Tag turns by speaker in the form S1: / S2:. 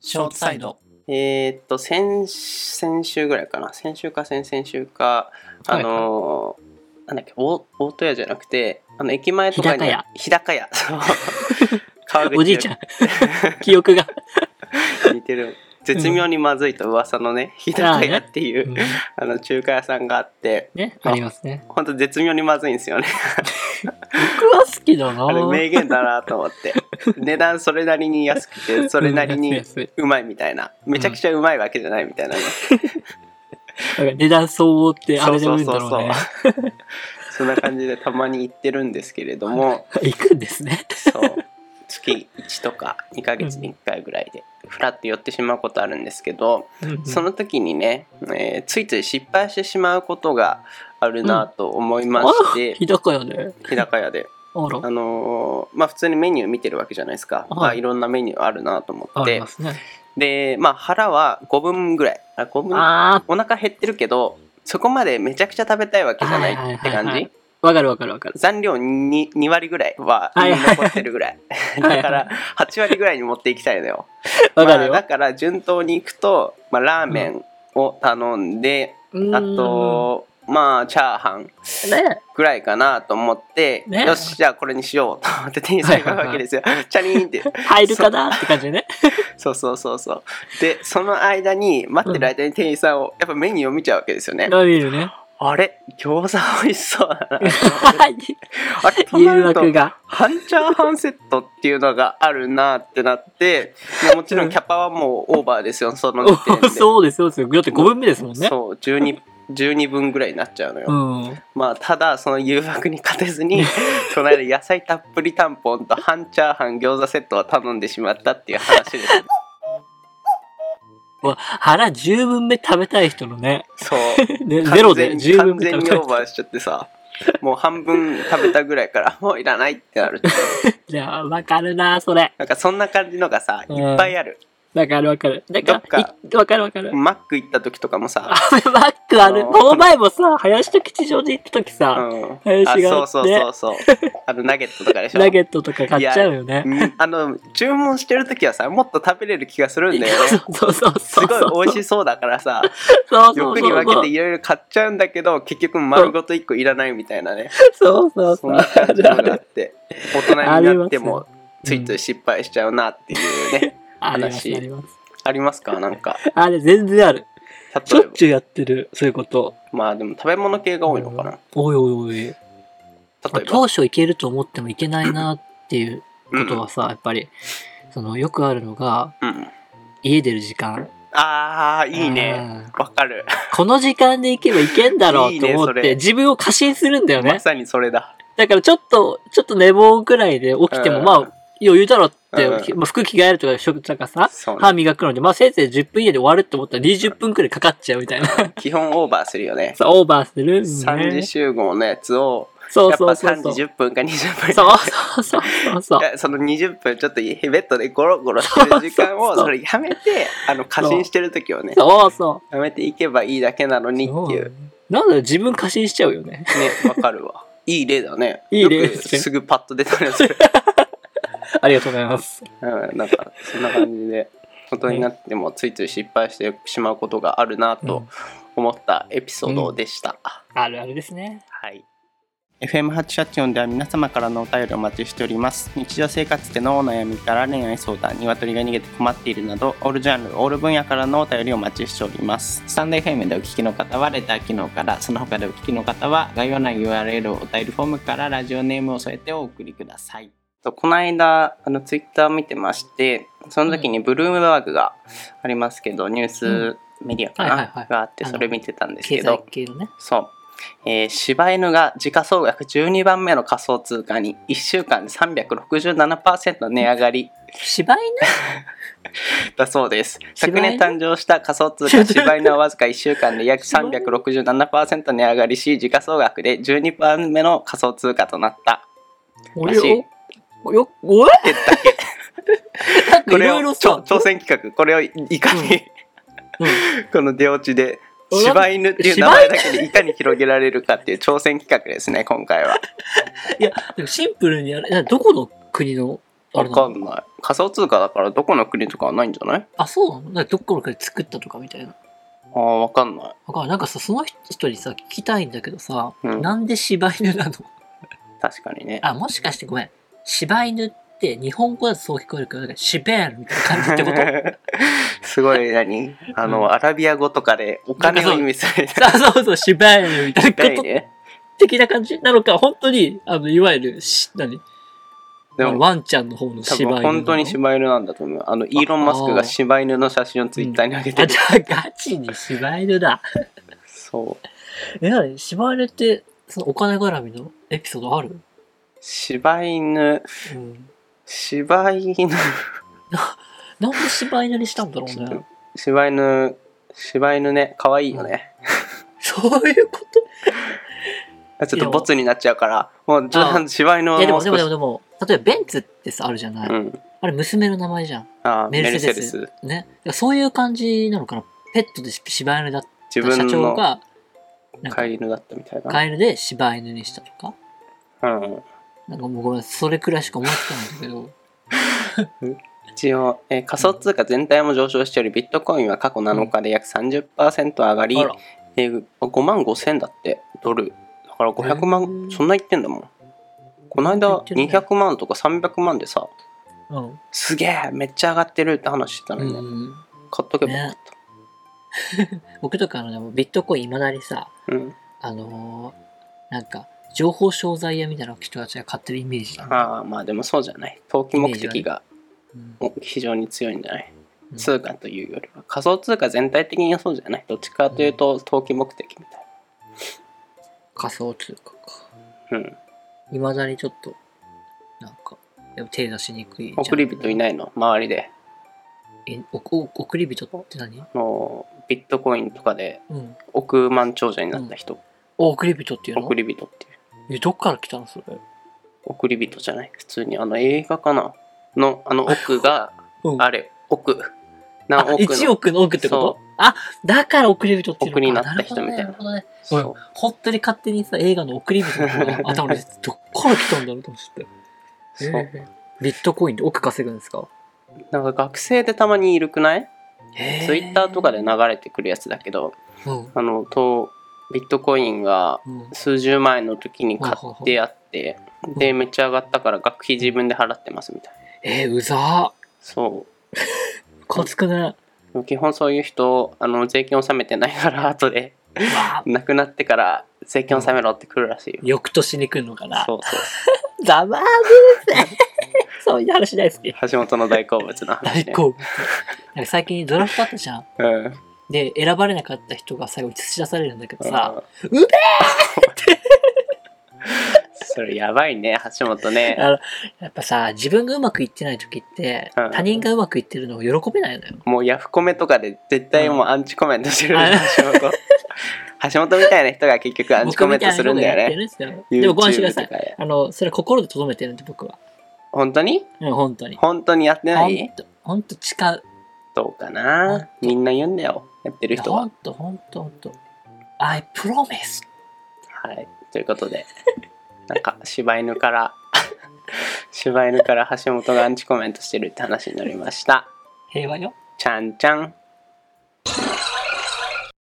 S1: ショートサイド。
S2: えーっと先先週ぐらいかな先週か先々週かあのーなんだっけ大大戸屋じゃなくてあの駅前とかに日高屋 そう川
S1: おじいちゃん
S2: ん。
S1: 記憶が。
S2: 似てる絶妙にまずいと噂のね日高屋っていううんあの中華屋さんがあって
S1: ね、
S2: あ
S1: ありますね。
S2: ほんと絶妙にまずいんですよね
S1: 僕は好きだな
S2: あれ名言だなと思って 値段それなりに安くてそれなり
S1: うん
S2: に
S1: 安い安
S2: うまいみたいなめちゃくちゃうまいわけじゃないみたいなね、
S1: いなんか値段相応ってあれでもいいんだろうね。
S2: そんな感じでたまに行ってるんですけれども
S1: 行くんですね。
S2: そう月1とか2ヶ月に1回ぐらいでふらっと寄ってしまうことあるんですけどそ
S1: の
S2: の時にね、えーついつい失敗してしまうことがあるなと思いまして、
S1: 日高屋で。
S2: 日高屋で
S1: あら
S2: あ、のーまあ普通にメニュー見てるわけじゃないですか、
S1: はい
S2: まあ、いろんなメニューあるなと思っ
S1: あり
S2: て
S1: ますね。
S2: でまあ腹は5分ぐらいあ5分
S1: あ
S2: お腹減ってるけどそこまでめちゃくちゃ食べたいわけじゃないって
S1: はいはい
S2: 感
S1: はいは
S2: じ
S1: いー、わかるわかるわかる。
S2: 残量 2, 2割ぐらいは
S1: はいはい
S2: 残ってるぐらいだか
S1: はい
S2: ら8割ぐらいに持っていきたいのよ
S1: わかる
S2: まあ
S1: よ。
S2: だから順当にいくと、まあ、ラーメンを頼んで、あとまあチャーハン
S1: うーん、ね、
S2: ぐらいかなと思って、
S1: ね
S2: よしじゃあこれにしようと思って手にするわけですよ、チャリーンって
S1: 入るかなって感じでね。
S2: そうそうそうそうでその間に待ってる間に店員さんをやっぱメニューを見ちゃうわけですよね、
S1: 伸びる ね。
S2: あれ餃子美味しそう だなあれとな
S1: 誘
S2: ると
S1: 惑が。
S2: 半チャーハンセットっていうのがあるなって なってでもちろんキャパはもうオーバーですよその時点で
S1: そうですよ。そうですよだって5分目ですもんね。
S2: そう12 12分ぐらいになっちゃうのよ、
S1: うん。
S2: まあただその誘惑に勝て ずに隣で野菜たっぷりタンポンと半チャーハン餃子セットを頼んでしまったっていう話です
S1: もう腹10分目食べたい人のね、
S2: そう
S1: ね ゼロで
S2: 完
S1: 10
S2: 全
S1: 分
S2: 完
S1: 目
S2: 全
S1: 食べ
S2: に
S1: たい
S2: オーバーしちゃってさもう半分食べたぐらいからもういらないってなる
S1: じゃあ、わかるな、それ。
S2: なんかそんな感じのがさい
S1: うん
S2: っぱいある、
S1: わかるわかる。だ
S2: どっか
S1: から、いわかるわかる。
S2: マック行った時とかもさ、
S1: あれ、マックある。
S2: あの
S1: この前もさ、林と吉祥寺行くとき
S2: う
S1: さ、
S2: ん、
S1: 林があって
S2: そうそうそうそうあのナゲットとかでしょ
S1: ナゲットとか買っちゃうよね。
S2: うんあの注文してる時はさもっと食べれる気がするんだよね
S1: そうそうそう
S2: す
S1: そう。
S2: ごい美
S1: しい。
S2: 味しそうだからさ
S1: そうそう
S2: 欲に分けていろいろ買っちゃうんだけど結局丸ごと1個いらないみたいなね
S1: そうそう
S2: そ
S1: そ
S2: ん
S1: う。
S2: な感じの
S1: あ
S2: があ
S1: る
S2: って大人になって
S1: あ
S2: も
S1: す
S2: ついつい失敗しちゃうなっていうね
S1: あります、
S2: 話
S1: あります。
S2: ありますかなんか
S1: あれ、全然ある。し
S2: 例え
S1: ょ
S2: ば
S1: っちゅうやってる、そういうこと。
S2: まあでも食べ物系が多いのかな
S1: うんおいおいおい。
S2: 例えば
S1: 当初いけると思ってもいけないなっていう
S2: う
S1: こ
S2: ん
S1: とはさ、やっぱり、その、よくあるのが、
S2: うん
S1: 家出る時間。
S2: あーいいね
S1: うん。
S2: わかる
S1: この時間で行けば行けんだろうと思っ
S2: いいねそ
S1: て、
S2: れ
S1: 自分を過信するんだよ
S2: ま
S1: ね。
S2: さにそれだ
S1: だからちょっと、ちょっと寝坊くらいで起きても、
S2: うん
S1: まあ、余裕だろって、
S2: うん
S1: まあ、服着替えるとか、食とかさ、
S2: そうね
S1: 歯磨くので、まあ、せいぜい10分以内で終わるって思ったら20分くらいかかっちゃうみたいな。
S2: 基本オーバーするよね
S1: さ、オーバーするん
S2: 3
S1: ね
S2: 時。集合のやつを
S1: そ
S2: や
S1: う
S2: っぱ
S1: そうそうそ
S2: 3
S1: う。
S2: 時
S1: そう
S2: 10分か20分
S1: そうそうそうそう
S2: い。やその20分ちょっとベッドでゴロゴロしてる
S1: そ
S2: 時間
S1: うそ
S2: を
S1: うそう
S2: それやめてあの過信してる時をね
S1: そうそ
S2: やめていけばいいだけなの
S1: う。
S2: にっていう
S1: なんだろう自分過信しちゃうよね。
S2: ねわかるわいい例だね
S1: いい例
S2: よく
S1: ですね
S2: すぐパッと出たやつ、
S1: ありがとうございます。
S2: うん、なんかそんな感じで大人になってもついつい失敗してしまうことがあるな
S1: う
S2: と
S1: ん
S2: 思ったエピソードでした、
S1: あるあるですね。
S2: はい。FM884 では皆様からのお便りをお待ちしております。日常生活でのお悩みから恋愛相談、鶏が逃げて困っているなど、オールジャンル、オール分野からのお便りをお待ちしております。スタンド FM でお聞きの方はレター機能から、その他でお聞きの方は概要欄 URL お便りフォームからラジオネームを添えてお送りください。この間あのツイッター見てましてその時にブルームバーグがありますけどニュースメディアかな、
S1: うんはいはいはい
S2: があってそれ見てたんですけ
S1: 経
S2: ど
S1: 済系のね。
S2: そう、えー柴犬が時価総額12番目の仮想通貨に1週間で367%値上がり
S1: 芝居ね。
S2: だそうです
S1: 柴
S2: 昨
S1: 犬
S2: 年誕生した仮想通貨柴犬はわずか1週間で約367%値上がりし時価総額で12番目の仮想通貨と なった
S1: 俺
S2: らしい
S1: よ、よ、おえ
S2: えだっけ
S1: なんか
S2: こ
S1: い
S2: れ
S1: ろい
S2: を
S1: ろ
S2: ちょ
S1: さ、
S2: 挑戦企画これをいいかに、
S1: うん
S2: この出落ちで
S1: うん
S2: 柴犬っていう名前だけでいかに広げられるかっていう挑戦企画ですね今回は。
S1: でもシンプルにあれ、などこの国のあ
S2: わ
S1: れ
S2: か
S1: なの
S2: んない。仮想通貨だからどこの国とかはないんじゃない
S1: あ、そうなのだからどこから作ったとかみたいな。
S2: ああ、わかんない。
S1: わかんないなんかさ、その人にさ、聞きたいんだけどさ、
S2: うん
S1: なんで柴犬なの
S2: 確かにね。
S1: あ、もしかしてごめん。柴犬って日本語だとそう聞こえるけど、なんかシベールみたいな感じってこと
S2: すごい何、あの、
S1: うん
S2: アラビア語とかでお金を意味する。
S1: あそうそう、シベールみたいな
S2: 痛い
S1: こと
S2: ね。
S1: 的な感じなのか、本当に、あの、いわゆるし、何
S2: でも、
S1: ワンちゃんの方の
S2: 多
S1: 柴犬な
S2: 分
S1: の。
S2: 本当に柴犬なんだと思う。あの、イーロン・マスクが柴犬の写真をツイッターに上げて
S1: あ、
S2: る
S1: じ。ゃあガチに柴犬だ。
S2: そう。
S1: え、なに柴犬って、そのお金絡みのエピソードある
S2: 柴犬、
S1: うん。
S2: 柴犬、
S1: なんで柴犬にしたんだろうね。
S2: 柴犬、柴犬ね、可愛いよね。
S1: そういうこ
S2: ちょっとボツになっちゃうから、もう、ちょっと柴犬
S1: と
S2: を
S1: いやで
S2: も
S1: も
S2: う
S1: でも
S2: 少
S1: でもで
S2: し。
S1: も、例えばベンツってさ、あるじゃない。
S2: うん。
S1: あれ娘の名前じゃん。
S2: あーメ
S1: メ
S2: ル
S1: ル
S2: セ
S1: セ
S2: デ
S1: デス
S2: ス。
S1: ね。だからそういう感じなのかな。ペットで柴犬だっ
S2: 自
S1: た社
S2: 分
S1: 長
S2: の
S1: が、なんか
S2: 飼い犬だったみたいな。
S1: カエルで柴犬にしたとか。
S2: うん。
S1: なんかもうごめん、それくらいしか思ってないんだけど。
S2: 一応、えー仮想通貨全体も上昇しており、ビットコインは過去7日で約30%上がり、
S1: あら。
S2: えー、5万5千だってドルだから500
S1: へ
S2: 万
S1: ー
S2: そんな言ってんだもんこの間
S1: 言ってるね
S2: 200万とか300万でさ
S1: うん。
S2: すげえめっちゃ上がってるって話してたのにね、
S1: うん。
S2: 買っとけばよかっ
S1: 僕とかあのでもビットコインいまだにさ、
S2: た、うん
S1: あのーなんか、情報商材屋みたいな人たちが買ってるイメージだね、
S2: ああまあでもそうじゃない投機目的が
S1: うん
S2: もう非常に強いんじゃない、
S1: うん
S2: 通貨というよりは仮想通貨全体的にはそうじゃないどっちかというと投機目的みたい
S1: 仮想通貨か。
S2: なうん
S1: いまだにちょっと、なんか、やっぱ手出しにくいじゃん。
S2: 送り人いないの周りで
S1: えおお送り人って何
S2: あのビットコインとかで
S1: うん。
S2: 億万長者になった人、
S1: お送り人っていうの
S2: 送り人っていう
S1: え、どっから来たのそれ。
S2: 送り人じゃない普通にあの映画かなのあの 奥が
S1: うん。
S2: あれ奥何億
S1: 1
S2: の
S1: 億の億ってこ
S2: そう
S1: とあ、だから送り人っていうのか
S2: 億になった人みたいな
S1: るほどね。るほどね
S2: そう
S1: 俺本当に勝手にさ、映画の送り人の方 が頭に、どっから来たんだろうと思って。
S2: そう
S1: ビットコインで億稼ぐんですか
S2: なんか学生でたまにいるくないツイッターとかで
S1: ね。
S2: 流れてくるやつだけど
S1: うん。
S2: あのとビットコインが
S1: うん
S2: 数十万円の時に買ってあって
S1: ん
S2: でめっちゃ上がったから学費自分で払ってますみたいな
S1: えー、うざー。
S2: そ
S1: こつくね。
S2: う基本そういう人あの税金納めてないから後で
S1: うわー
S2: 亡くなってから税金納めろってくるらしいよ、
S1: 翌年に来るのかな
S2: そうそう
S1: ざまーですそういう話大好き。
S2: 橋本の大好物の話、ね、
S1: 大好物。なんか最近ドラフトあったじゃん。
S2: うん
S1: で、選ばれなかった人が最後映し出されるんだけどさ、
S2: う
S1: べーって
S2: それやばいね橋本ね
S1: あのやっぱさ自分がうまくいってない時って、
S2: うん
S1: 他人がうまくいってるのを喜べないのよ
S2: もうヤフコメとかで絶対もうアンチコメントしてる、
S1: うん
S2: 橋本橋本みたいな人が結局アンチコメントするんだよね
S1: 僕みたいなことやってるんですよでもご安心くだ
S2: YouTube と
S1: さい
S2: かで
S1: あのそれは心でとどめてるんで僕は
S2: 本当に
S1: うん本当に
S2: 本当にやってな
S1: 本
S2: い
S1: 当本当誓う
S2: どうかなみんな言うんだよやってる人は
S1: 本当本当本当 I promise
S2: はいということでなんか柴犬から 柴犬から橋本がアンチコメントしてるって話になりました
S1: 平和よ
S2: ちゃんちゃん